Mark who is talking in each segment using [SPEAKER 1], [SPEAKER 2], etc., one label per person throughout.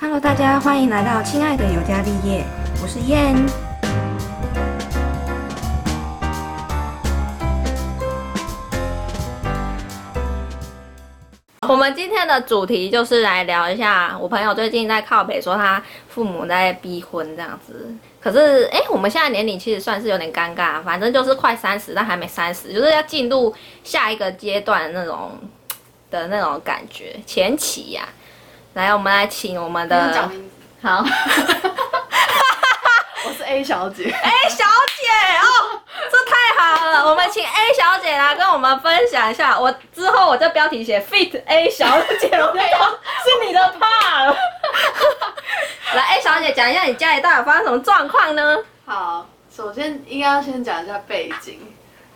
[SPEAKER 1] Hello，大家欢迎来到《亲爱的尤加利叶》，我是燕。
[SPEAKER 2] 我们今天的主题就是来聊一下，我朋友最近在靠北说他父母在逼婚这样子。可是，哎、我们现在年龄其实算是有点尴尬，反正就是快三十，但还没三十，就是要进入下一个阶段的那种的那种感觉，前期呀、来，我们来请我们
[SPEAKER 3] 不用讲
[SPEAKER 2] 的
[SPEAKER 3] 名字
[SPEAKER 2] 好
[SPEAKER 3] 我是 A 小姐，
[SPEAKER 2] A 小姐哦，这太好了，我们请 A 小姐来跟我们分享一下。我之后我这标题写 Fit A 小姐，我就知道是你的怕了。来，A 小姐讲一下你家里到底发生什么状况呢？
[SPEAKER 3] 好，首先应该要先讲一下背景，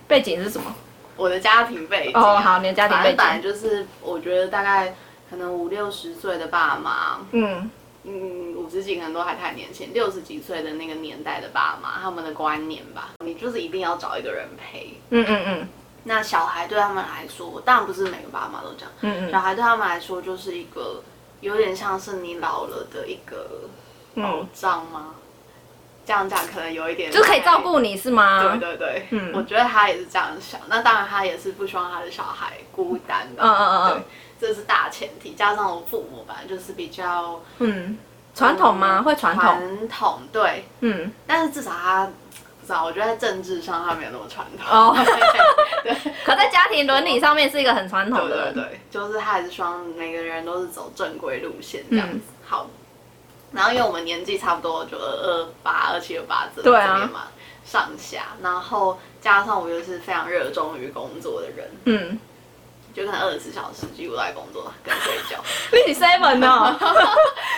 [SPEAKER 2] 背景是什么？
[SPEAKER 3] 我的家庭背景。
[SPEAKER 2] 哦，好，你的家庭
[SPEAKER 3] 反
[SPEAKER 2] 背
[SPEAKER 3] 正本来
[SPEAKER 2] 景。
[SPEAKER 3] 就是，我觉得大概可能五六十岁的爸妈，
[SPEAKER 2] 嗯，
[SPEAKER 3] 嗯，五十几可能都还太年轻，六十几岁的那个年代的爸妈，他们的观念吧，你就是一定要找一个人陪。
[SPEAKER 2] 嗯嗯嗯
[SPEAKER 3] 那小孩对他们来说，当然不是每个爸妈都这样，
[SPEAKER 2] 嗯
[SPEAKER 3] 小孩对他们来说就是一个有点像是你老了的一个保
[SPEAKER 2] 嗯，
[SPEAKER 3] 障吗？这样讲可能有一点
[SPEAKER 2] 就可以
[SPEAKER 3] 太
[SPEAKER 2] 照顾你是吗
[SPEAKER 3] 对？对对，
[SPEAKER 2] 嗯
[SPEAKER 3] 我觉得他也是这样想。那当然，他也是不希望他的小孩孤单的，
[SPEAKER 2] 嗯嗯嗯
[SPEAKER 3] 对，这是大前提。加上我父母本来就是比较
[SPEAKER 2] 嗯，传统吗？
[SPEAKER 3] 嗯
[SPEAKER 2] 会传统？
[SPEAKER 3] 传统对，
[SPEAKER 2] 嗯，
[SPEAKER 3] 但是至少他不知道，我觉得在政治上他没有那么传统。
[SPEAKER 2] 哦
[SPEAKER 3] 对对
[SPEAKER 2] 可在家庭伦理上面是一个很传统的
[SPEAKER 3] 对
[SPEAKER 2] 人。
[SPEAKER 3] 对，就是他还是希望每个人都是走正规路线这样子。
[SPEAKER 2] 嗯
[SPEAKER 3] 好，然后因为我们年纪差不多，就二二八、二七、二八这这
[SPEAKER 2] 对啊
[SPEAKER 3] 边嘛，上下，然后加上我又是非常热衷于工作的人，
[SPEAKER 2] 嗯，
[SPEAKER 3] 就可能二十四小时几乎都在工作跟睡 觉。
[SPEAKER 2] 你 seven 哦。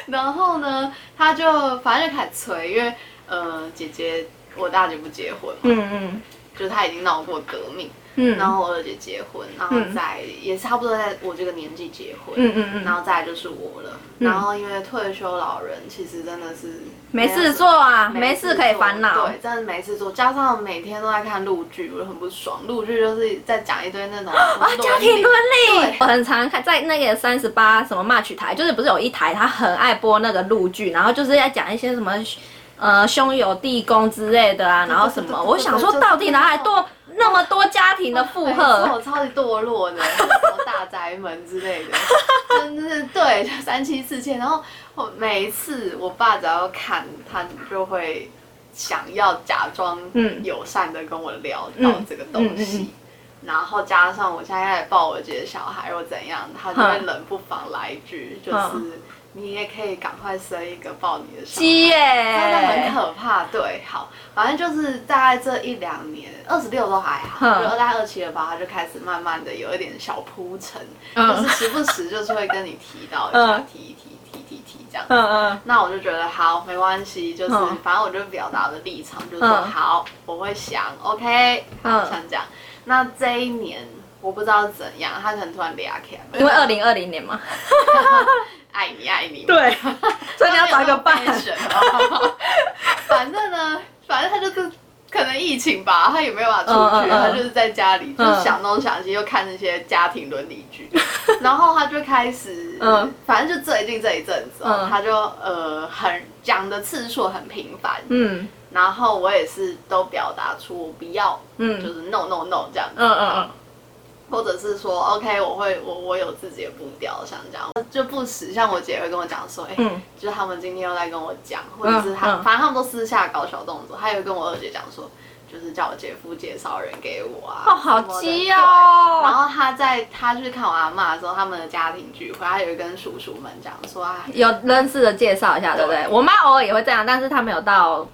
[SPEAKER 3] 然后呢，他就反正就开始催，因为呃，姐姐我大姐不结婚嘛，
[SPEAKER 2] 嗯
[SPEAKER 3] 就她已经闹过革命，
[SPEAKER 2] 嗯
[SPEAKER 3] 然
[SPEAKER 2] 嗯
[SPEAKER 3] 后我二姐结婚，然后
[SPEAKER 2] 嗯
[SPEAKER 3] 在、也差不多在我这个年纪结婚，
[SPEAKER 2] 嗯嗯嗯，
[SPEAKER 3] 然后再来就是我了。然后因为退休老人其实真的是
[SPEAKER 2] 没事做啊，
[SPEAKER 3] 有
[SPEAKER 2] 没事可以烦恼。
[SPEAKER 3] 对，真的没事做，加上每天都在看陆剧，我就很不爽。陆剧就是在讲一堆那种啊
[SPEAKER 2] 啊，家庭伦理
[SPEAKER 3] 对，
[SPEAKER 2] 我很常看在那个三十八什么 match 台，就是不是有一台他很爱播那个陆剧，然后就是在讲一些什么呃兄友弟恭之类的啊，然后什
[SPEAKER 3] 对
[SPEAKER 2] 么，
[SPEAKER 3] 对对
[SPEAKER 2] 我想说到底哪来多那么多家庭的负荷？
[SPEAKER 3] 我哎超级堕 落的，什么大宅门之类的，真的是对三妻四妾。然后我每一次我爸只要看，他就会想要假装
[SPEAKER 2] 嗯
[SPEAKER 3] 友善的跟我聊到这个东西。
[SPEAKER 2] 嗯嗯嗯
[SPEAKER 3] 然后加上我现在抱我姐的小孩又怎样，他就会冷不防来一句，就是、
[SPEAKER 2] 嗯
[SPEAKER 3] 你也可以赶快生一个抱你的小孩。
[SPEAKER 2] 鸡耶、
[SPEAKER 3] 真的很可怕。对，好，反正就是大概这一两年，二十六都还好，
[SPEAKER 2] 哼
[SPEAKER 3] 就二大二七了吧，他就开始慢慢的有一点小铺陈，
[SPEAKER 2] 嗯
[SPEAKER 3] 就是时不时就是会跟你提到一下，
[SPEAKER 2] 嗯
[SPEAKER 3] 提一提提提提这样。
[SPEAKER 2] 嗯嗯
[SPEAKER 3] 那我就觉得好，没关系，就是、
[SPEAKER 2] 嗯
[SPEAKER 3] 反正我就表达我的立场，就是说、
[SPEAKER 2] 嗯
[SPEAKER 3] 好，我会想，OK，
[SPEAKER 2] 嗯
[SPEAKER 3] 想这样。那这一年我不知道怎样，他可能突然俩开，
[SPEAKER 2] 因为二零二零年嘛，
[SPEAKER 3] 爱你爱你嘛，
[SPEAKER 2] 对， 所以你要找一个 伴。
[SPEAKER 3] 哦反正呢，反正他就是可能疫情吧，他也没有办法出
[SPEAKER 2] 嗯嗯嗯
[SPEAKER 3] 去，他就是在家里，就
[SPEAKER 2] 嗯
[SPEAKER 3] 是想东想西，又看那些家庭伦理剧，然后他就开始，
[SPEAKER 2] 嗯
[SPEAKER 3] 反正就最近这一阵子、哦，
[SPEAKER 2] 嗯
[SPEAKER 3] 他就呃很讲的次数很频繁，
[SPEAKER 2] 嗯
[SPEAKER 3] 然后我也是都表达出我不要，
[SPEAKER 2] 嗯
[SPEAKER 3] 就是 no no no 这样子。
[SPEAKER 2] 嗯嗯嗯，
[SPEAKER 3] 或者是说，OK，我会我我有自己的步调，像这样就不时像我姐会跟我讲说，哎、
[SPEAKER 2] 嗯
[SPEAKER 3] 就是他们今天又在跟我讲，或者是他，
[SPEAKER 2] 嗯
[SPEAKER 3] 反正他们都私下搞小动作，他有跟我二姐讲说，就是叫我姐夫介绍人给我啊，
[SPEAKER 2] 哦好
[SPEAKER 3] 什么的
[SPEAKER 2] 急哦
[SPEAKER 3] 对然后他在他去看我阿妈的时候，他们的家庭聚会，他有跟叔叔们讲说啊，
[SPEAKER 2] 有认识的介绍一下，对不对？
[SPEAKER 3] 对
[SPEAKER 2] 我妈偶尔也会这样，但是她没有到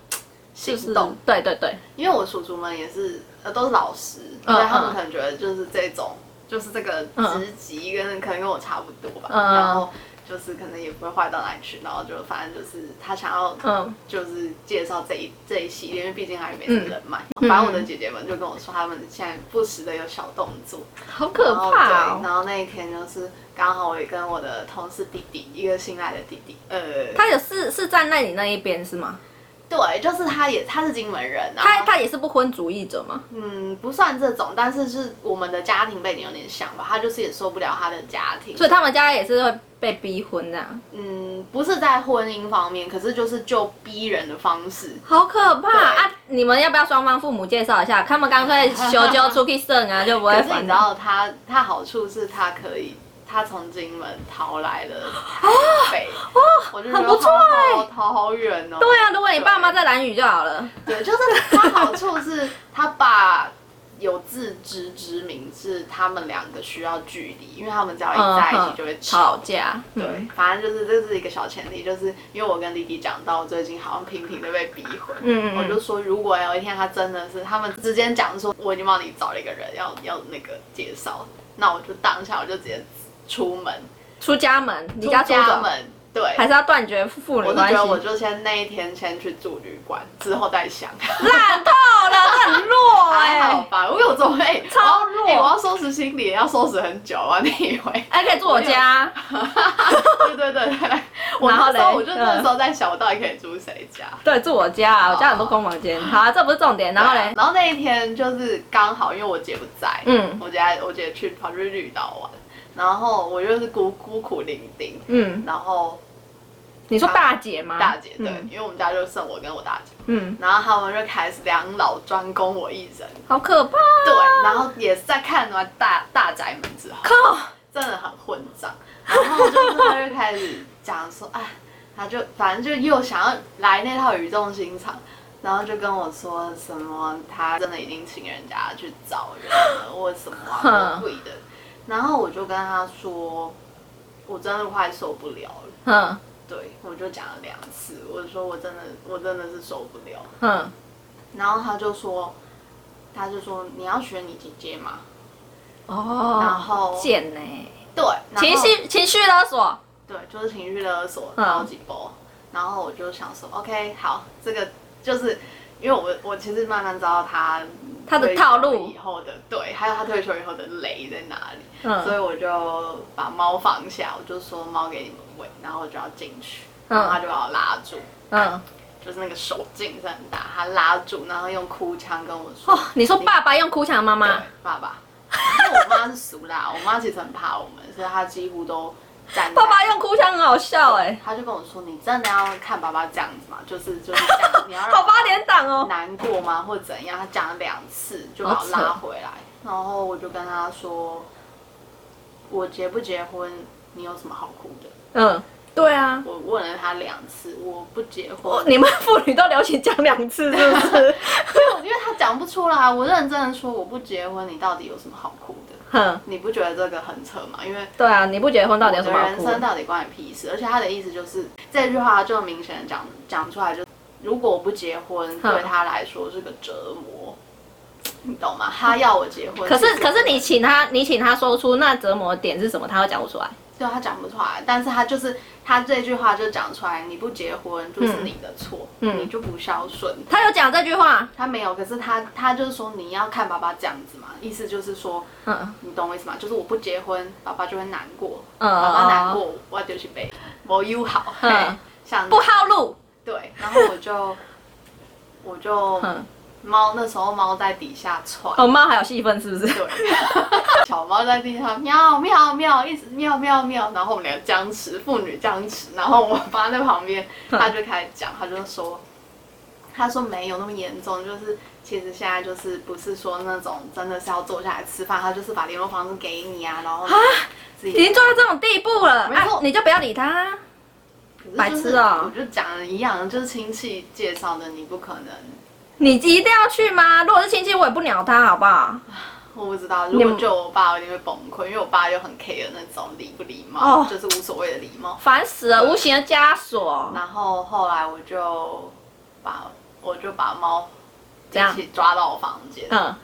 [SPEAKER 3] 行
[SPEAKER 2] 是
[SPEAKER 3] 动，
[SPEAKER 2] 对对对，
[SPEAKER 3] 因为我叔叔们也是呃都是老师，
[SPEAKER 2] 嗯
[SPEAKER 3] 所以他们
[SPEAKER 2] 嗯
[SPEAKER 3] 可能觉得就是这种就是这个
[SPEAKER 2] 嗯
[SPEAKER 3] 职级跟、可能跟我差不多吧，
[SPEAKER 2] 嗯
[SPEAKER 3] 然后就是可能也不会坏到哪里去，然后就反正就是他想要
[SPEAKER 2] 嗯。
[SPEAKER 3] 就是介绍这一这一系列，因为毕竟还没什么人脉。
[SPEAKER 2] 嗯
[SPEAKER 3] 反正我的姐姐们就跟我说，她们现在不时的有小动作，
[SPEAKER 2] 好可
[SPEAKER 3] 然后
[SPEAKER 2] 怕
[SPEAKER 3] 对，
[SPEAKER 2] 哦！
[SPEAKER 3] 然后那一天就是刚好我也跟我的同事弟弟，一个新来的弟弟，呃，
[SPEAKER 2] 他有是是站在你那一边是吗？
[SPEAKER 3] 对，就是他也他是金门人，然后
[SPEAKER 2] 他他也是不婚主义者嘛，
[SPEAKER 3] 嗯不算这种，但是是我们的家庭背景有点像吧，他就是也受不了他的家庭，
[SPEAKER 2] 所以他们家也是会被逼婚这样，
[SPEAKER 3] 嗯不是在婚姻方面，可是就是就逼人的方式，
[SPEAKER 2] 好可怕
[SPEAKER 3] 对
[SPEAKER 2] 啊！你们要不要双方父母介绍一下？他们干脆求救出去生啊，就不会
[SPEAKER 3] 可是你
[SPEAKER 2] 烦
[SPEAKER 3] 知
[SPEAKER 2] 恼。
[SPEAKER 3] 道他他好处是他可以。他从金门逃来了北，我就觉
[SPEAKER 2] 啊很
[SPEAKER 3] 得
[SPEAKER 2] 不错欸
[SPEAKER 3] 好好逃好远哦。
[SPEAKER 2] 对啊，如果你爸妈在蓝屿就好了。
[SPEAKER 3] 对，就是他好处是他爸有自知之明，是他们两个需要距离，因为他们只要一在一起就会
[SPEAKER 2] 吵
[SPEAKER 3] 吵。
[SPEAKER 2] 架。
[SPEAKER 3] 对，反正就是这是一个小前提，就是因为我跟弟弟讲到，我最近好像频频的被逼婚，
[SPEAKER 2] 嗯嗯嗯
[SPEAKER 3] 我就说如果有一天他真的是他们之间讲说我已经帮你找了一个人要要那个介绍，那我就当下我就直接出门，
[SPEAKER 2] 出家门，离家出
[SPEAKER 3] 家
[SPEAKER 2] 走，
[SPEAKER 3] 门，对，
[SPEAKER 2] 还是要断绝父女
[SPEAKER 3] 我就觉
[SPEAKER 2] 关系。
[SPEAKER 3] 得我就先那一天先去住旅馆，之后再想。
[SPEAKER 2] 烂透了，这很弱哎、
[SPEAKER 3] 还好吧，我有种哎，
[SPEAKER 2] 超弱
[SPEAKER 3] 哎我要收拾行李也要收拾很久啊，你以为？
[SPEAKER 2] 还哎可以住我家，
[SPEAKER 3] 对对对对，我
[SPEAKER 2] 然后
[SPEAKER 3] 那时候
[SPEAKER 2] 嘞嗯
[SPEAKER 3] 我就那时候在想，我到底可以住谁家？
[SPEAKER 2] 对，住我家啊，我家很多空房间。
[SPEAKER 3] 哦
[SPEAKER 2] 好啊，这不是重点。然后嘞，
[SPEAKER 3] 然后那一天就是刚好，因为我姐不在，
[SPEAKER 2] 嗯
[SPEAKER 3] 我姐我姐去跑去绿岛玩，然后我就是孤孤苦伶仃，
[SPEAKER 2] 嗯，
[SPEAKER 3] 然后
[SPEAKER 2] 你说大姐吗？
[SPEAKER 3] 啊大姐对，
[SPEAKER 2] 嗯
[SPEAKER 3] 因为我们家就剩我跟我大姐，
[SPEAKER 2] 嗯，
[SPEAKER 3] 然后他们就开始两老专攻我一人，
[SPEAKER 2] 好可怕，
[SPEAKER 3] 对，然后也是在看完大大宅门之后。
[SPEAKER 2] 靠，
[SPEAKER 3] 真的很混账。然后就是他就开始讲说，哎，他就反正就又想要来那套语重心长，然后就跟我说什么他真的已经请人家去找人了，或什么啊
[SPEAKER 2] 哼
[SPEAKER 3] 贵的。然后我就跟他说，我真的快受不了了。
[SPEAKER 2] 哼
[SPEAKER 3] 对，我就讲了两次，我就说我真的我真的是受不了。
[SPEAKER 2] 哼，
[SPEAKER 3] 然后他就说，他就说你要学你姐姐嘛。然
[SPEAKER 2] 哦，
[SPEAKER 3] 后
[SPEAKER 2] 贱呢、
[SPEAKER 3] 对，然后
[SPEAKER 2] 情绪情绪勒索，
[SPEAKER 3] 对，就是情绪勒索，
[SPEAKER 2] 嗯
[SPEAKER 3] 超级波。然后我就想说，OK，好，这个就是因为我我其实慢慢知道他
[SPEAKER 2] 他的
[SPEAKER 3] 退休
[SPEAKER 2] 套路
[SPEAKER 3] 以后的对，还有他退休以后的雷在哪里，所以
[SPEAKER 2] 嗯，
[SPEAKER 3] 我就把猫放下，我就说猫给你们喂，然后我就要进去，
[SPEAKER 2] 嗯
[SPEAKER 3] 然后他就把我拉住，
[SPEAKER 2] 嗯，
[SPEAKER 3] 就是那个手劲是很大，他拉住，然后用哭腔跟我说，
[SPEAKER 2] 哦，你说爸爸用哭墙妈妈
[SPEAKER 3] 对，爸爸，因为我妈是俗辣，我妈其实很怕我们，所以她几乎都站在
[SPEAKER 2] 爸爸用哭墙很好笑哎、
[SPEAKER 3] 他就跟我说：“你真的要看爸爸这样子吗？就是就是这样，你要让
[SPEAKER 2] 好八连档哦，
[SPEAKER 3] 难过吗，或者怎样？”他讲了两次，就把我拉回来。然后我就跟他说：“我结不结婚，你有什么好哭的
[SPEAKER 2] 嗯，对啊？”，
[SPEAKER 3] 我问了他两次，我不结
[SPEAKER 2] 哦
[SPEAKER 3] 婚，
[SPEAKER 2] 你们妇女都流行讲两次是不 是？
[SPEAKER 3] 因为他讲不出来。我认真的说：“我不结婚，你到底有什么好哭的？
[SPEAKER 2] 哼，
[SPEAKER 3] 你不觉得这个很扯吗？”因为
[SPEAKER 2] 对啊，你不结婚到底有什么
[SPEAKER 3] 我的
[SPEAKER 2] 好
[SPEAKER 3] 人
[SPEAKER 2] 哭
[SPEAKER 3] 生
[SPEAKER 2] 的？
[SPEAKER 3] 到底关你屁事？而且他的意思就是这句话就明显的讲讲出来就，如果我不结婚，
[SPEAKER 2] 哼
[SPEAKER 3] 对他来说是个折磨，你懂吗？他要我结婚，
[SPEAKER 2] 可是
[SPEAKER 3] 其实
[SPEAKER 2] 可是你请他，你请他说出那折磨点是什么，他会讲不出来。
[SPEAKER 3] 对他讲不出来，但是他就是他这句话就讲出来，你不结婚就是你的错，
[SPEAKER 2] 嗯
[SPEAKER 3] 你就不孝顺。
[SPEAKER 2] 他有讲这句话，
[SPEAKER 3] 他没有，可是他他就是说你要看爸爸这样子嘛，意思就是说
[SPEAKER 2] 嗯，
[SPEAKER 3] 你懂我意思吗？就是我不结婚，爸爸就会难过，
[SPEAKER 2] 嗯
[SPEAKER 3] 爸爸难过，我就是被我友好，嘿
[SPEAKER 2] 嗯
[SPEAKER 3] 像
[SPEAKER 2] 不好路，
[SPEAKER 3] 对，然后我就 我就
[SPEAKER 2] 嗯，
[SPEAKER 3] 猫那时候猫在底下窜，
[SPEAKER 2] 哦，猫还有戏份是不是？
[SPEAKER 3] 对， 小猫在地上喵喵喵，一直喵喵喵，然后我们俩僵持，父女僵持，然后我妈在旁边，她就开始讲，她就说。她说没有那么严重，就是其实现在就是不是说那种真的是要坐下来吃饭，她就是把联络方式给你啊，然后自己
[SPEAKER 2] 已经做到这种地步了，
[SPEAKER 3] 没
[SPEAKER 2] 哎
[SPEAKER 3] 错，
[SPEAKER 2] 你就不要理他。
[SPEAKER 3] 可是就是
[SPEAKER 2] 白痴哦
[SPEAKER 3] 我就讲了一样，就是亲戚介绍的，你不可能
[SPEAKER 2] 你一定要去吗？如果是亲戚，我也不鸟他，好不好？
[SPEAKER 3] 我不知道，
[SPEAKER 2] 你
[SPEAKER 3] 如
[SPEAKER 2] 们
[SPEAKER 3] 果就我爸，我一定会崩溃，因为我爸又很 care 那种礼不礼貌
[SPEAKER 2] 哦
[SPEAKER 3] 就是无所谓的礼貌。
[SPEAKER 2] 烦死了，无形的枷锁。
[SPEAKER 3] 然后后来我就把我就把猫
[SPEAKER 2] 怎样
[SPEAKER 3] 一起抓到我房间，
[SPEAKER 2] 嗯，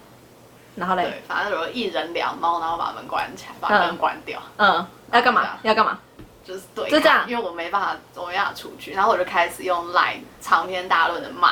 [SPEAKER 2] 然后嘞，
[SPEAKER 3] 对，反正我一人两猫，然后把门关起来，把
[SPEAKER 2] 嗯
[SPEAKER 3] 门关掉，
[SPEAKER 2] 嗯，要干
[SPEAKER 3] 对
[SPEAKER 2] 嘛
[SPEAKER 3] 啊？
[SPEAKER 2] 要干嘛？
[SPEAKER 3] 就是对，
[SPEAKER 2] 就这样
[SPEAKER 3] 因为我没办法，我没办法出去，然后我就开始用 line 长篇大论的骂，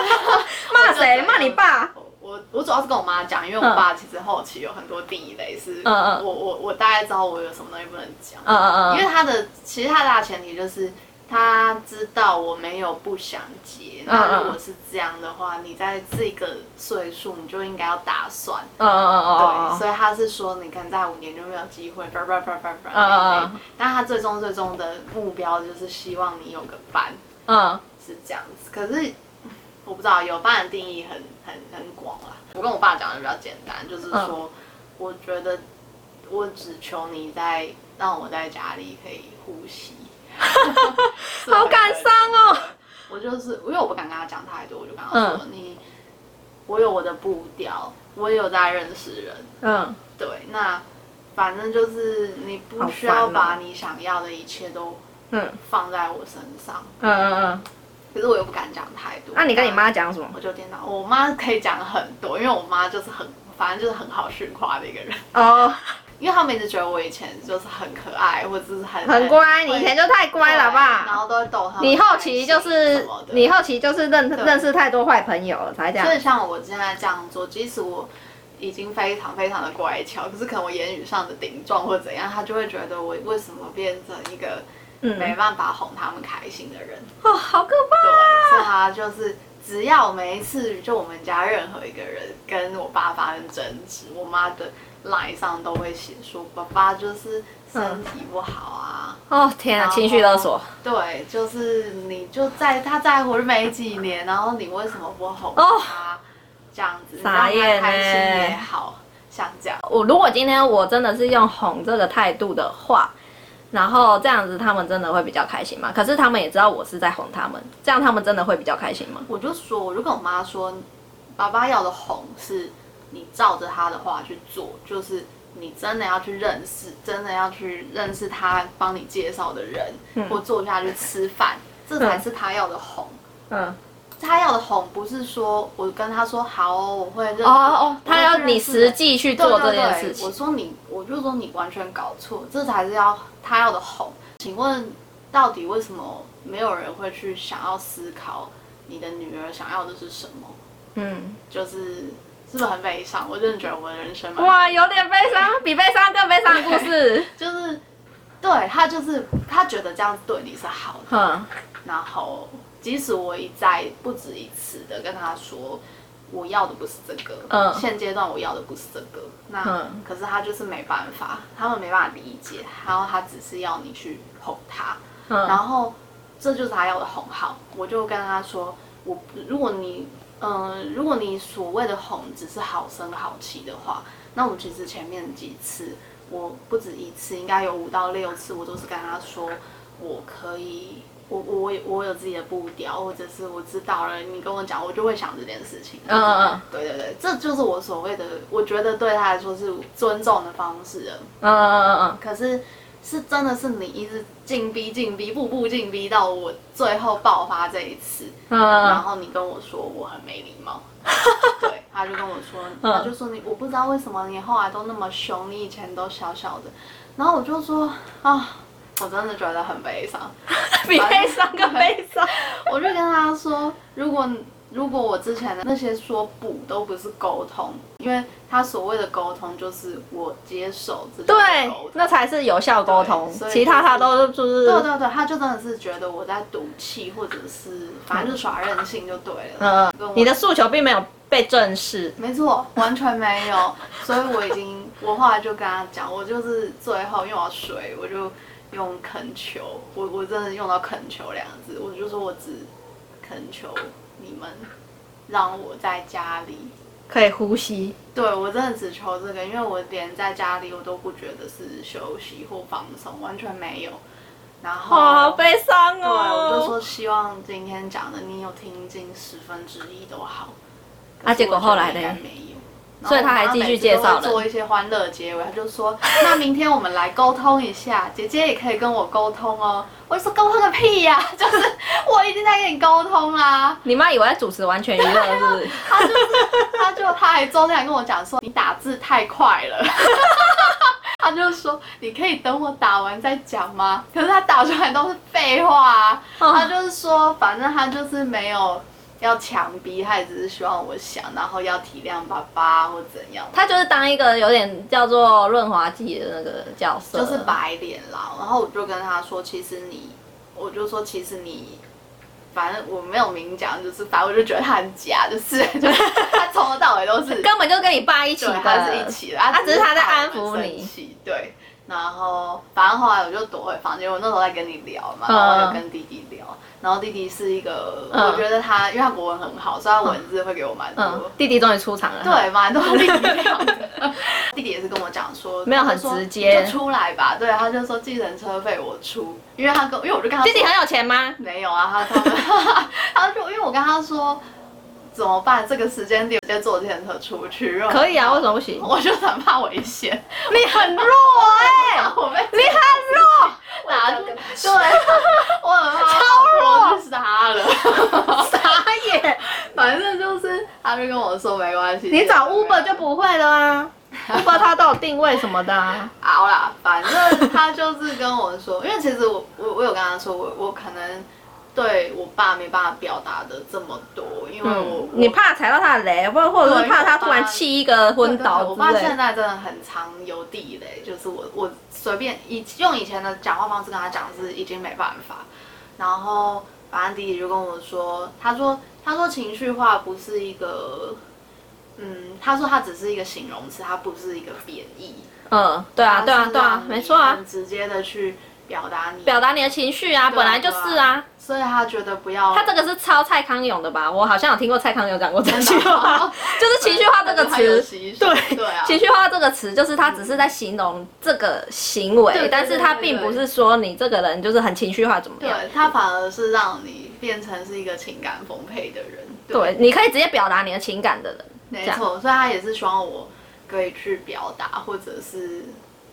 [SPEAKER 2] 骂谁？骂你爸？
[SPEAKER 3] 我我我主要是跟我妈讲，因为我爸其实后期有很多地雷是，
[SPEAKER 2] 嗯嗯
[SPEAKER 3] 我我我大概知道我有什么东西不能讲，
[SPEAKER 2] 嗯嗯嗯
[SPEAKER 3] 因为他的其实他的大前提就是他知道我没有不想结，
[SPEAKER 2] 嗯
[SPEAKER 3] 那如果是这样的话，你在这个岁数你就应该要打算。
[SPEAKER 2] 嗯嗯嗯
[SPEAKER 3] 对，
[SPEAKER 2] 嗯
[SPEAKER 3] 所以他是说，你看在五年就没有机会，叭叭叭叭叭。
[SPEAKER 2] 嗯嗯嗯
[SPEAKER 3] 但他最终最终的目标就是希望你有个伴，
[SPEAKER 2] 嗯，
[SPEAKER 3] 是这样子。可是嗯我不知道，有伴的定义很很很广啦。我跟我爸讲的比较简单，就是
[SPEAKER 2] 嗯
[SPEAKER 3] 说，我觉得我只求你在让我在家里可以呼 吸。
[SPEAKER 2] 好感伤哦。嗯
[SPEAKER 3] 我就是因为我不敢跟他讲太多，我就跟他说，你我有我的步调，我也有在认识人，
[SPEAKER 2] 嗯
[SPEAKER 3] 对，那反正就是你不需
[SPEAKER 2] 好
[SPEAKER 3] 要
[SPEAKER 2] 烦哦
[SPEAKER 3] 把你想要的一切都
[SPEAKER 2] 嗯
[SPEAKER 3] 放在我身上，
[SPEAKER 2] 嗯嗯嗯。
[SPEAKER 3] 可是我又不敢讲太多。
[SPEAKER 2] 那你跟你妈讲什么
[SPEAKER 3] 那？我就颠倒，我妈可以讲很多，因为我妈就是很，反正就是很好训话的一个人，
[SPEAKER 2] 哦，
[SPEAKER 3] 因为他们一直觉得我以前就是很可爱，或者是很
[SPEAKER 2] 很乖，你以前就太
[SPEAKER 3] 对
[SPEAKER 2] 乖了
[SPEAKER 3] 然
[SPEAKER 2] 吧？
[SPEAKER 3] 后都会逗他们开心什么的。
[SPEAKER 2] 你后期就是你后期就是认
[SPEAKER 3] 对
[SPEAKER 2] 认识太多坏朋友了，才这
[SPEAKER 3] 所以
[SPEAKER 2] 样。
[SPEAKER 3] 像我现在这样做，即使我已经非常非常的乖巧，可是可能我言语上的顶撞或怎样，他就会觉得我为什么变成一个没
[SPEAKER 2] 嗯，
[SPEAKER 3] 办法哄他们开心的人。
[SPEAKER 2] 哦，好可怕。
[SPEAKER 3] 对，所以他就是只要每一次就我们家任何一个人跟我爸发生争执，我妈的 line 上都会写说爸爸就是
[SPEAKER 2] 嗯
[SPEAKER 3] 身体不好啊。
[SPEAKER 2] 哦天啊，
[SPEAKER 3] 然后
[SPEAKER 2] 情绪勒索。
[SPEAKER 3] 对，就是你就在他再活没几年，然后你为什么不哄他？
[SPEAKER 2] 哦
[SPEAKER 3] 这样子，
[SPEAKER 2] 傻眼
[SPEAKER 3] 让他开心
[SPEAKER 2] 欸
[SPEAKER 3] 也好，像这样。
[SPEAKER 2] 我如果今天我真的是用哄这个态度的话，然后这样子他们真的会比较开心吗？可是他们也知道我是在哄他们，这样他们真的会比较开心吗？
[SPEAKER 3] 我就说，我就跟我妈说，爸爸要的哄是你照着他的话去做，就是你真的要去认识，真的要去认识他帮你介绍的人，或坐下去吃饭，这才是他要的哄。
[SPEAKER 2] 嗯，
[SPEAKER 3] 他要的哄不是说我跟他说好哦，我会认
[SPEAKER 2] 哦哦哦，他要你实
[SPEAKER 3] 实际。
[SPEAKER 2] 际去
[SPEAKER 3] 对
[SPEAKER 2] 做
[SPEAKER 3] 对
[SPEAKER 2] 这
[SPEAKER 3] 对，
[SPEAKER 2] 件事情
[SPEAKER 3] 我。说你，我就说你完全搞错，这才是要他要的哄。请问，到底为什么没有人会去想要思考你的女儿想要的是什么？
[SPEAKER 2] 嗯，
[SPEAKER 3] 就是是不是很悲伤？我真的觉得我的人生蛮
[SPEAKER 2] 哇，有点悲伤，比悲伤更悲伤的故事。
[SPEAKER 3] 就是对他就是他觉得这样对你是好的，
[SPEAKER 2] 嗯
[SPEAKER 3] 然后即使我一再不止一次的跟他说。我要的不是这个，
[SPEAKER 2] 嗯
[SPEAKER 3] 现阶段我要的不是这个，那、
[SPEAKER 2] 嗯
[SPEAKER 3] 可是他就是没办法，他们没办法理解，然后他只是要你去哄他，然
[SPEAKER 2] 嗯
[SPEAKER 3] 后这就是他要的哄好。我就跟他说，我不如果你，嗯、如果你所谓的哄只是好声好气的话，那我其实前面几次，我不止一次，应该有五到六次，我都是跟他说，我可以。我我我有自己的步调，或者是我知道了，你跟我讲，我就会想这件事情。
[SPEAKER 2] 嗯嗯
[SPEAKER 3] 对对对，这就是我所谓的，我觉得对他来说是尊重的方式了。
[SPEAKER 2] 嗯嗯嗯
[SPEAKER 3] 可是是真的是你一直进逼进逼，步步进逼到我最后爆发这一次，然
[SPEAKER 2] 嗯
[SPEAKER 3] 后你跟我说我很没礼貌， 对，他就跟我说，
[SPEAKER 2] 嗯
[SPEAKER 3] 他就说你我不知道为什么你后来都那么凶，你以前都小小的，然后我就说啊，我真的觉得很悲伤，
[SPEAKER 2] 嗯，比悲伤更悲伤。
[SPEAKER 3] 我就跟他说，如果如果我之前的那些说不都不是沟通，因为他所谓的沟通就是我接受这种
[SPEAKER 2] 对
[SPEAKER 3] 沟，通
[SPEAKER 2] 那嗯才是有效沟通
[SPEAKER 3] 对，所以
[SPEAKER 2] 其他他都是就是
[SPEAKER 3] 对对对，他就真的是觉得我在赌气，或者是反正就耍任性就对了。
[SPEAKER 2] 嗯，
[SPEAKER 3] 跟我
[SPEAKER 2] 你的诉求并没有被正视。
[SPEAKER 3] 没错，完全没有。 所以我已经，我后来就跟他讲，我就是最后因为我要水，我就用恳求，我我真的用到恳求两个字，我就说我只恳求你们让我在家里。
[SPEAKER 2] 可以呼吸。
[SPEAKER 3] 对我真的只求这个，因为我连在家里我都不觉得是休息或放松，完全没有。然后
[SPEAKER 2] 哇，好悲伤
[SPEAKER 3] 对，我就
[SPEAKER 2] 哦。
[SPEAKER 3] 说希望今天讲的你有听进十分之一都好。
[SPEAKER 2] 啊结果后来呢
[SPEAKER 3] 可是我觉得应该没有。然后
[SPEAKER 2] 所以他还继续介绍了
[SPEAKER 3] 我妈每次都会做一些欢乐结尾，他就说：“ 那明天我们来沟通一下，姐姐也可以跟我沟通哦。”我就说：“沟通个屁呀、 就是我已经在跟你沟通啦、
[SPEAKER 2] 你妈以为在主持完全娱乐是不是？
[SPEAKER 3] 他就是，他就他还中间还跟我讲说：“你打字太快了。” 他就说：“你可以等我打完再讲吗？”可是他打出来都是废话啊。他就是说，反正他就是没有要强逼，他也只是希望我想，然后要体谅爸爸或怎样，
[SPEAKER 2] 她就是当一个有点叫做润滑剂的那个角色，
[SPEAKER 3] 就是白脸啦。然后我就跟他说，其实你我就说其实你。反正我没有明讲，就是反正我就觉得他很假，就是就是他从头到尾都是
[SPEAKER 2] 根本就跟你爸一起
[SPEAKER 3] 对，他
[SPEAKER 2] 的，
[SPEAKER 3] 是
[SPEAKER 2] 啊
[SPEAKER 3] 一起的，他
[SPEAKER 2] 他只是他在安抚
[SPEAKER 3] 很生
[SPEAKER 2] 你。
[SPEAKER 3] 气，对。然后反正后来我就躲回房间，我那时候在跟你聊嘛，然后
[SPEAKER 2] 嗯
[SPEAKER 3] 又跟弟弟聊，然后弟弟是一个，
[SPEAKER 2] 嗯
[SPEAKER 3] 我觉得他因为他国文很好，所以他文字会给我蛮多，
[SPEAKER 2] 嗯，弟弟终于出场了。，
[SPEAKER 3] 对，蛮多力量 的。弟弟也是跟我讲说，
[SPEAKER 2] 没有
[SPEAKER 3] 他
[SPEAKER 2] 很
[SPEAKER 3] 就说
[SPEAKER 2] 直接
[SPEAKER 3] 你就出来吧。对，他就说计程车费我出，因为他跟因为我就跟他说
[SPEAKER 2] 弟弟很有钱吗？
[SPEAKER 3] 没有啊，他 他们他就因为我跟他说怎么办，这个时间点直接坐计程车出去，因为我
[SPEAKER 2] 可以啊，为什么不行？
[SPEAKER 3] 我就很怕危险，
[SPEAKER 2] 你很弱 哎、
[SPEAKER 3] 我被
[SPEAKER 2] 你很啊弱。
[SPEAKER 3] 拿着，对，我很怕超弱，是他了。
[SPEAKER 2] 傻眼！
[SPEAKER 3] 反正就是，他就跟我说没关系，
[SPEAKER 2] 你找 Uber 就不会了 啊，Uber 它都有定位什么的、啊。
[SPEAKER 3] 好啦，反正他就是跟我说，因为其实我我我有跟他说，我我可能对我爸没办法表达的这么多，因为我、
[SPEAKER 2] 嗯，你怕踩到他的雷，或或者是怕他突然气一个
[SPEAKER 3] 我
[SPEAKER 2] 昏倒
[SPEAKER 3] 我
[SPEAKER 2] 之
[SPEAKER 3] 爸
[SPEAKER 2] 类
[SPEAKER 3] 现
[SPEAKER 2] 的。
[SPEAKER 3] 在真的很常有地雷，就是我我随便以用以前的讲话方式跟他讲是已经没办法，然后反正弟弟就跟我说，他说他说情绪化不是一个。嗯，他说他只是一个形容词，他不是一个贬义。
[SPEAKER 2] 嗯，对啊，对啊，对啊，没错啊，，
[SPEAKER 3] 直接的去表达你
[SPEAKER 2] 表达你的情绪啊，
[SPEAKER 3] 啊
[SPEAKER 2] 本来就是啊。
[SPEAKER 3] 所以他觉得不要
[SPEAKER 2] 他这个是抄蔡康永的吧？我好像有听过蔡康永讲过这句
[SPEAKER 3] 真的
[SPEAKER 2] 话
[SPEAKER 3] 吗，
[SPEAKER 2] 就是情绪化这个
[SPEAKER 3] 他有
[SPEAKER 2] 词。
[SPEAKER 3] 吸收
[SPEAKER 2] 对
[SPEAKER 3] 对啊，
[SPEAKER 2] 情绪化这个词就是他只是在形容这个行为，
[SPEAKER 3] 对对对
[SPEAKER 2] 但是他
[SPEAKER 3] 对
[SPEAKER 2] 并
[SPEAKER 3] 对
[SPEAKER 2] 不是说你这个人就是很情绪化怎么样。
[SPEAKER 3] 对他反而是让你变成是一个情感丰沛的人。
[SPEAKER 2] 对，你可以直接表达你的情感的人。
[SPEAKER 3] 没
[SPEAKER 2] 这样
[SPEAKER 3] 错，所以他也是希望我可以去表达，或者是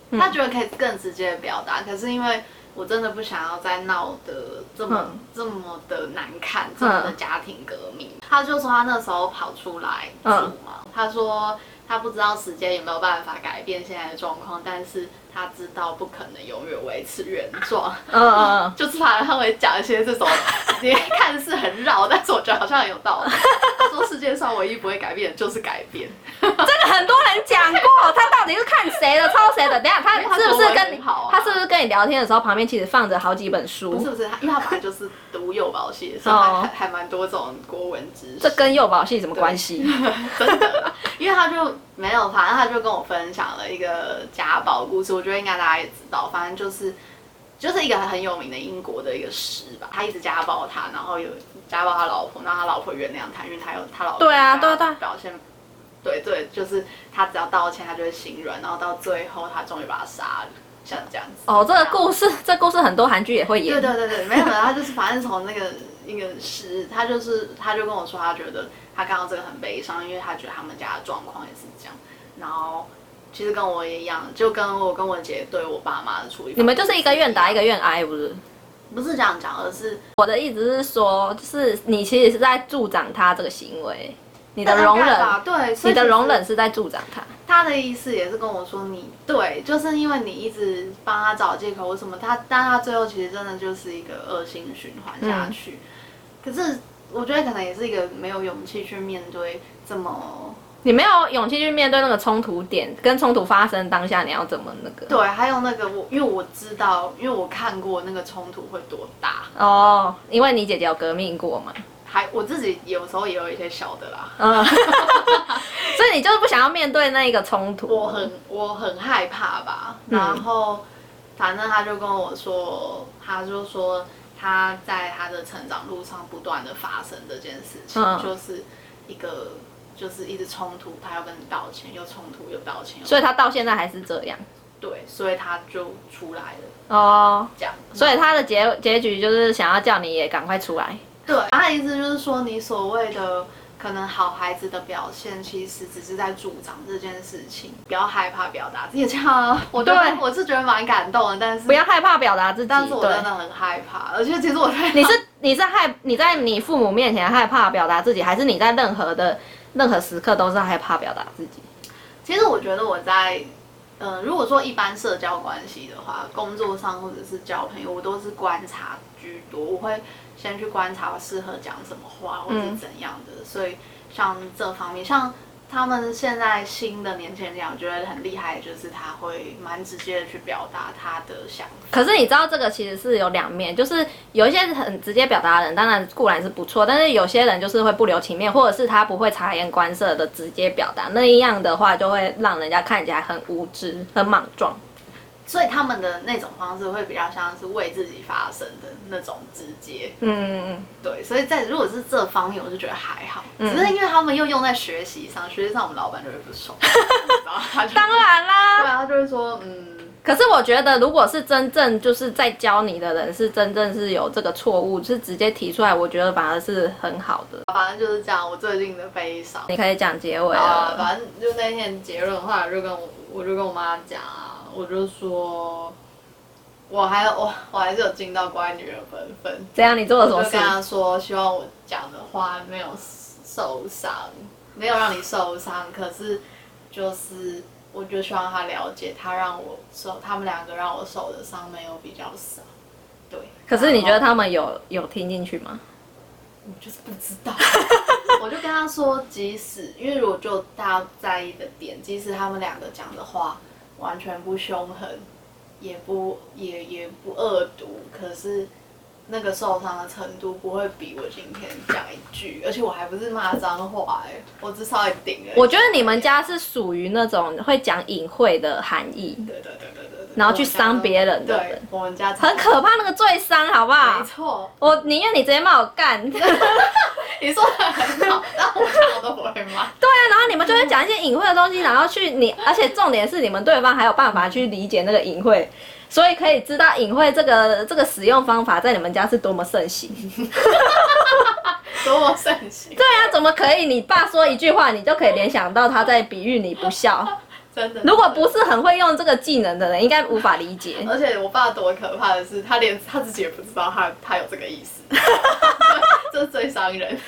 [SPEAKER 2] 嗯
[SPEAKER 3] 他觉得可以更直接的表达。可是因为我真的不想要再闹得这么、
[SPEAKER 2] 嗯
[SPEAKER 3] 这么的难看，这么的家庭革命。他就说他那时候跑出来住
[SPEAKER 2] 嗯
[SPEAKER 3] 嘛，他说他不知道时间有没有办法改变现在的状况，但是他知道不可能永远维持原状。
[SPEAKER 2] 嗯嗯嗯。
[SPEAKER 3] 就是他他会讲一些这种 你看似很绕，但是我觉得好像很有道理。他说世界上唯一不会改变的就是改变，
[SPEAKER 2] 这个很多人讲过，他到底是看谁的、抄谁的？等一下他
[SPEAKER 3] 因为他
[SPEAKER 2] 是不
[SPEAKER 3] 国
[SPEAKER 2] 是
[SPEAKER 3] 文
[SPEAKER 2] 跟你
[SPEAKER 3] 很好啊
[SPEAKER 2] 他是不是跟你聊天的时候，旁边其实放着好几本
[SPEAKER 3] 不
[SPEAKER 2] 书
[SPEAKER 3] 是？不是？他因为他本来就是读幼保系，所以他还还蛮多这种国文知识。
[SPEAKER 2] 哦这跟幼保系什么关系？
[SPEAKER 3] 真的啦，因为他就没有，反正他就跟我分享了一个家暴故事，我觉得应该大家也知道，反正就是。就是一个很有名的英国的一个诗吧，他一直家暴他，然后有家暴他老婆，然后他老婆原谅他，因为他有他老婆
[SPEAKER 2] 对啊
[SPEAKER 3] 跟他
[SPEAKER 2] 对啊对啊
[SPEAKER 3] 表现，对对，就是他只要道歉，他就会心软，然后到最后他终于把他杀了，像这样子。
[SPEAKER 2] 哦，这个故事，这故事很多韩剧也会演
[SPEAKER 3] 对。对对对，没有，他就是反正从那个那个诗，他就是他就跟我说，他觉得他看到这个很悲伤，因为他觉得他们家的状况也是这样。然后其实跟我也一样，就跟我跟我姐对我爸妈的处理，
[SPEAKER 2] 你们就是一个愿打一个，愿挨，不是？
[SPEAKER 3] 不是这样讲，而是
[SPEAKER 2] 我的意思是说，就是你其实是在助长他这个行为，你的容
[SPEAKER 3] 大概
[SPEAKER 2] 忍，
[SPEAKER 3] 吧对，所以
[SPEAKER 2] 你的
[SPEAKER 3] 其实
[SPEAKER 2] 容忍是在助长他。
[SPEAKER 3] 他的意思也是跟我说你，对，就是因为你一直帮他找借口或什么，他但他最后其实真的就是一个恶性循环下去。可是我觉得可能也是一个没有勇气去面对这么
[SPEAKER 2] 你没有勇气去面对那个冲突点，跟冲突发生当下你要怎么那个？
[SPEAKER 3] 对，还有那个我因为我知道，因为我看过那个冲突会多大，
[SPEAKER 2] 哦，因为你姐姐有革命过嘛。
[SPEAKER 3] 还我自己有时候也有一些小的啦。
[SPEAKER 2] 嗯，所以你就是不想要面对那一个冲突。
[SPEAKER 3] 我很我很害怕吧。
[SPEAKER 2] 嗯
[SPEAKER 3] 然后反正他就跟我说，他就说他在他的成长路上不断的发生这件事情，
[SPEAKER 2] 嗯
[SPEAKER 3] 就是一个就是一直冲突，他要跟你道歉，又冲突又道歉，又
[SPEAKER 2] 所以他到现在还是这样
[SPEAKER 3] 对，所以他就出来了，
[SPEAKER 2] 哦。
[SPEAKER 3] 这样。
[SPEAKER 2] 所以他的结结局就是想要叫你也赶快出来。
[SPEAKER 3] 对，他的意思就是说，你所谓的可能好孩子的表现，其实只是在助长这件事情，不要害怕表达自己。这 样啊，我对
[SPEAKER 2] 对
[SPEAKER 3] 我是觉得 蛮感动的，但是
[SPEAKER 2] 不要害怕表达自己。
[SPEAKER 3] 但是我
[SPEAKER 2] 对
[SPEAKER 3] 真的很害怕，而且其实我在
[SPEAKER 2] 你是你在害你在你父母面前害怕表达自己，还是你在任何的任何时刻都是害怕表达自己？
[SPEAKER 3] 其实我觉得我在，嗯、如果说一般社交关系的话，工作上或者是交朋友，我都是观察居多，我会先嗯去观察适合讲什么话或者是怎样的，所以像这方面，像他们现在新的年轻人讲，我觉得很厉害，就是他会蛮直接的去表达他的想法。
[SPEAKER 2] 可是你知道这个其实是有两面，就是有一些很直接表达的人，当然固然是不错，但是有些人就是会不留情面，或者是他不会察言观色的直接表达，那样的话就会让人家看起来很无知、很莽撞。
[SPEAKER 3] 所以他们的那种方式会比较像是为自己发声的那种直接，
[SPEAKER 2] 嗯，
[SPEAKER 3] 对，所以在如果是这方面，我就觉得还好，只是因为他们又用在学习上，学习上我们老板就会不 爽，然后他就
[SPEAKER 2] 当然啦。
[SPEAKER 3] 对啊，他就会说，嗯，
[SPEAKER 2] 可是我觉得，如果是真正就是在教你的人，是真正是有这个错误，是直接提出来，我觉得反而是很好的。
[SPEAKER 3] 反正就是这样，我最近的悲伤。
[SPEAKER 2] 你可以讲结尾
[SPEAKER 3] 啊，
[SPEAKER 2] 了。
[SPEAKER 3] 反正就那天结论的话，我就跟我我就跟我妈讲啊，我就说，我还有我我还是有尽到乖女儿本分，
[SPEAKER 2] 这样你做了什
[SPEAKER 3] 我
[SPEAKER 2] 么
[SPEAKER 3] 就
[SPEAKER 2] 事
[SPEAKER 3] 跟？她说，希望我讲的话没有受伤，没有让你受伤，可是就是我就希望她了解，她让我受，他们两个让我受的伤没有比较少，对。
[SPEAKER 2] 可是你觉得
[SPEAKER 3] 然后
[SPEAKER 2] 他们有有听进去吗？
[SPEAKER 3] 我就是不知道。 我就跟他说，即使因为如果就大家在意的点，即使他们两个讲的话完全不凶狠，也不也也不恶毒，可是那个受伤的程度不会比我今天讲一句，而且我还不是骂脏话哎、我只稍微顶了。
[SPEAKER 2] 我觉得你们家是属于那种会讲隐晦的含义，
[SPEAKER 3] 对对对对对对，
[SPEAKER 2] 然后去伤别人的
[SPEAKER 3] 对
[SPEAKER 2] 人，
[SPEAKER 3] 我们家
[SPEAKER 2] 很可怕，那个最伤，好不好
[SPEAKER 3] 没？错，
[SPEAKER 2] 我宁愿你直接骂我 干，对啊，
[SPEAKER 3] 你说的很好，但我家我都不会骂。
[SPEAKER 2] 啊然后你们就会讲一些隐晦的东西，然后去你，而且重点是你们对方还有办法去理解那个隐晦，所以可以知道隐晦这个这个使用方法在你们家是多么盛行。
[SPEAKER 3] 多么盛行，
[SPEAKER 2] 对啊，怎么可以？你爸说一句话，你就可以联想到他在比喻你不孝。
[SPEAKER 3] 真的。
[SPEAKER 2] 如果不是很会用这个技能的人，应该无法理解。
[SPEAKER 3] 而且我爸多可怕的是，他连他自己也不知道他他有这个意思， 这是最伤人。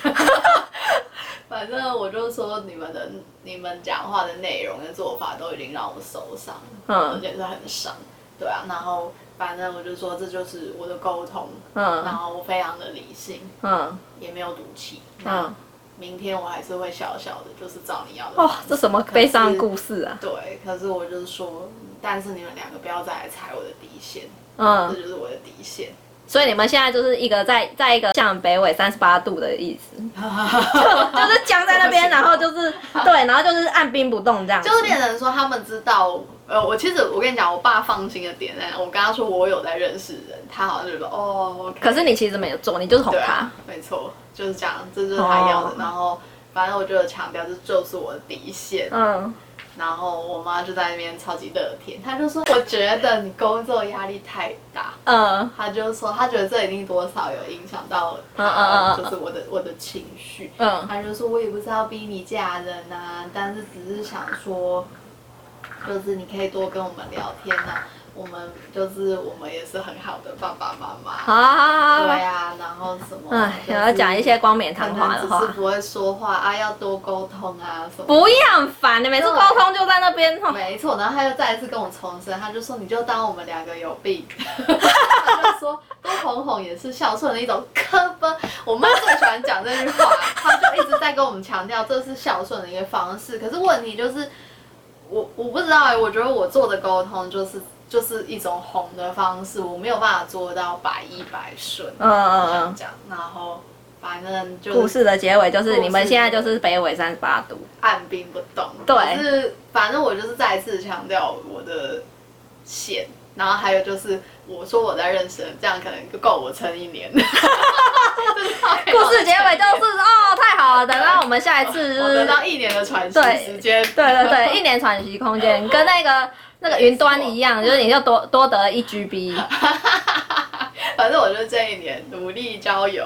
[SPEAKER 3] 反正我就说你们的你们讲话的内容跟做法都已经让我受伤，而
[SPEAKER 2] 嗯
[SPEAKER 3] 且是很伤，对啊。然后反正我就说这就是我的沟通，然
[SPEAKER 2] 嗯
[SPEAKER 3] 后我非常的理性，
[SPEAKER 2] 嗯
[SPEAKER 3] 也没有赌气。
[SPEAKER 2] 嗯，
[SPEAKER 3] 明天我还是会小小的，就是照你要的。
[SPEAKER 2] 哦，这什么悲伤的故事啊？
[SPEAKER 3] 对，可是我就是说，但是你们两个不要再来踩我的底线，这
[SPEAKER 2] 嗯，
[SPEAKER 3] 就是我的底线。
[SPEAKER 2] 所以你们现在就是一个在在一个向北纬三十八度的意 思，就就是僵在那边，然后就是对，然后就是按兵不动这样子。
[SPEAKER 3] 就是变成说他们知道，呃，我其实我跟你讲，我爸放心的点呢，我跟他说我有在认识人，他好像就说哦，OK，
[SPEAKER 2] 可是你其实没有做，你就是哄
[SPEAKER 3] 对
[SPEAKER 2] 他
[SPEAKER 3] 啊。，没错，就是这样，这就是他要的。
[SPEAKER 2] 哦
[SPEAKER 3] 然后反正我就有强调，这就是我的底线。
[SPEAKER 2] 嗯，
[SPEAKER 3] 然后我妈就在那边超级乐天，她就说我觉得你工作压力太大，
[SPEAKER 2] 呃，
[SPEAKER 3] 她就说她觉得这一定多少有影响到
[SPEAKER 2] 嗯嗯
[SPEAKER 3] 她，
[SPEAKER 2] 嗯嗯
[SPEAKER 3] 就是我的我的情绪。
[SPEAKER 2] 嗯
[SPEAKER 3] 他就说我也不是要逼你嫁人啊，但是只是想说，就是你可以多跟我们聊天呐、我们就是我们也是很好的爸爸妈
[SPEAKER 2] 好
[SPEAKER 3] 妈，
[SPEAKER 2] 啊好啊，好
[SPEAKER 3] 对
[SPEAKER 2] 啊
[SPEAKER 3] 啊，然后什么，
[SPEAKER 2] 哎，
[SPEAKER 3] 就是
[SPEAKER 2] 想要讲一些光冕
[SPEAKER 3] 可
[SPEAKER 2] 堂皇
[SPEAKER 3] 能
[SPEAKER 2] 的
[SPEAKER 3] 只
[SPEAKER 2] 话
[SPEAKER 3] 是。不会说话啊，要多沟通啊什么。
[SPEAKER 2] 不要很烦，你每次沟通就在那边。吼
[SPEAKER 3] 没错，然后他又再一次跟我重申，他就说你就当我们两个有病，他就说多哄哄也是孝顺的一种科分。我妈最喜欢讲这句话，她就一直在跟我们强调这是孝顺的一个方式。可是问题就是，我我不知道哎、我觉得我做的沟通就是就是一种哄的方式，我没有办法做到百依百顺。
[SPEAKER 2] 嗯嗯
[SPEAKER 3] 这样
[SPEAKER 2] 嗯。
[SPEAKER 3] 讲，然后反正就是
[SPEAKER 2] 故事的结尾就是你们现在就是北纬三十八度。
[SPEAKER 3] 按兵不动。
[SPEAKER 2] 对
[SPEAKER 3] 可是反正我就是再一次强调我的线，然后还有就是我说我在认识人，这样可能就够我撑一
[SPEAKER 2] 嗯
[SPEAKER 3] 年。故
[SPEAKER 2] 故事结尾就是哦，太好了，等到我们下一次就
[SPEAKER 3] 我
[SPEAKER 2] 是
[SPEAKER 3] 哦得到一年的喘息
[SPEAKER 2] 对
[SPEAKER 3] 时间。
[SPEAKER 2] 对对 对，一年喘息空间跟那个那个云端一样，就是你就多多得一 GB。
[SPEAKER 3] 反正我就这一年努力交友，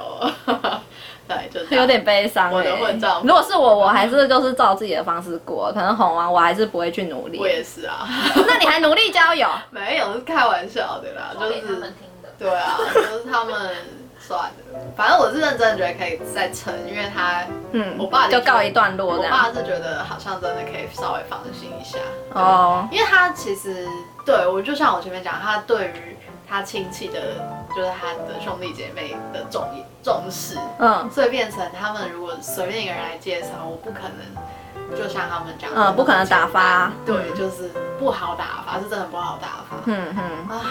[SPEAKER 3] 对，就这样
[SPEAKER 2] 有。点悲伤、欸。
[SPEAKER 3] 我的混账
[SPEAKER 2] 如果是我，我还是就是照自己的方式过，可能哄完我还是不会去努力
[SPEAKER 3] 我。也是啊，
[SPEAKER 2] 那你还努力交友？
[SPEAKER 3] 没有是开玩笑的啦，就是对啊，就是他们算了，反正我是认真觉得可以再撑，因为他
[SPEAKER 2] 嗯，
[SPEAKER 3] 我爸
[SPEAKER 2] 就告一段落
[SPEAKER 3] 我
[SPEAKER 2] 这
[SPEAKER 3] 爸
[SPEAKER 2] 样。
[SPEAKER 3] 是觉得好像真的可以稍微放心一下，
[SPEAKER 2] 哦，
[SPEAKER 3] 因为他其实对我就像我前面讲，他对于他亲戚的，就是他的兄弟姐妹的重重视，
[SPEAKER 2] 嗯
[SPEAKER 3] 所以变成他们如果随便一个人来介绍，我不可能就像他们讲的，
[SPEAKER 2] 嗯不可能打发
[SPEAKER 3] 对，就是不好打发，是真的不好打发
[SPEAKER 2] 嗯哼，
[SPEAKER 3] 啊，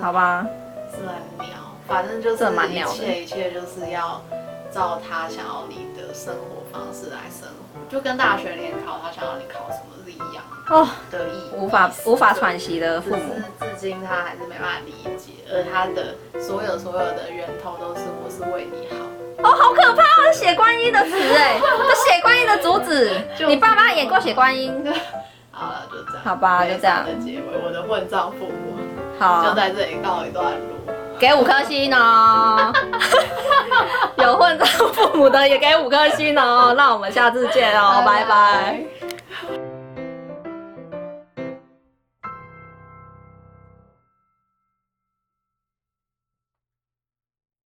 [SPEAKER 2] 好吧，
[SPEAKER 3] 是很鸟，反正就是
[SPEAKER 2] 这蛮
[SPEAKER 3] 一
[SPEAKER 2] 鸟的
[SPEAKER 3] 切一切就是要照他想要你的生活方式来生活，就跟大学联考他想要你考什么是一样
[SPEAKER 2] 哦，
[SPEAKER 3] 的意
[SPEAKER 2] 无法无法喘
[SPEAKER 3] 息。
[SPEAKER 2] 息的
[SPEAKER 3] 只
[SPEAKER 2] 父母
[SPEAKER 3] 是，至今他还是没办法理解，而他的所有所有的源头都是我是为你好。
[SPEAKER 2] 哦，好可怕，这是血观音的词哎，这血观音的主旨，
[SPEAKER 3] 就
[SPEAKER 2] 你爸爸演过血观音，
[SPEAKER 3] 好了，就这样。
[SPEAKER 2] 好吧就这样
[SPEAKER 3] 悲伤的结尾，我的混账父母就
[SPEAKER 2] 好，
[SPEAKER 3] 在这里告一段落。
[SPEAKER 2] 给五颗星哦，有混账父母的也给五颗星哦，那我们下次见哦，拜拜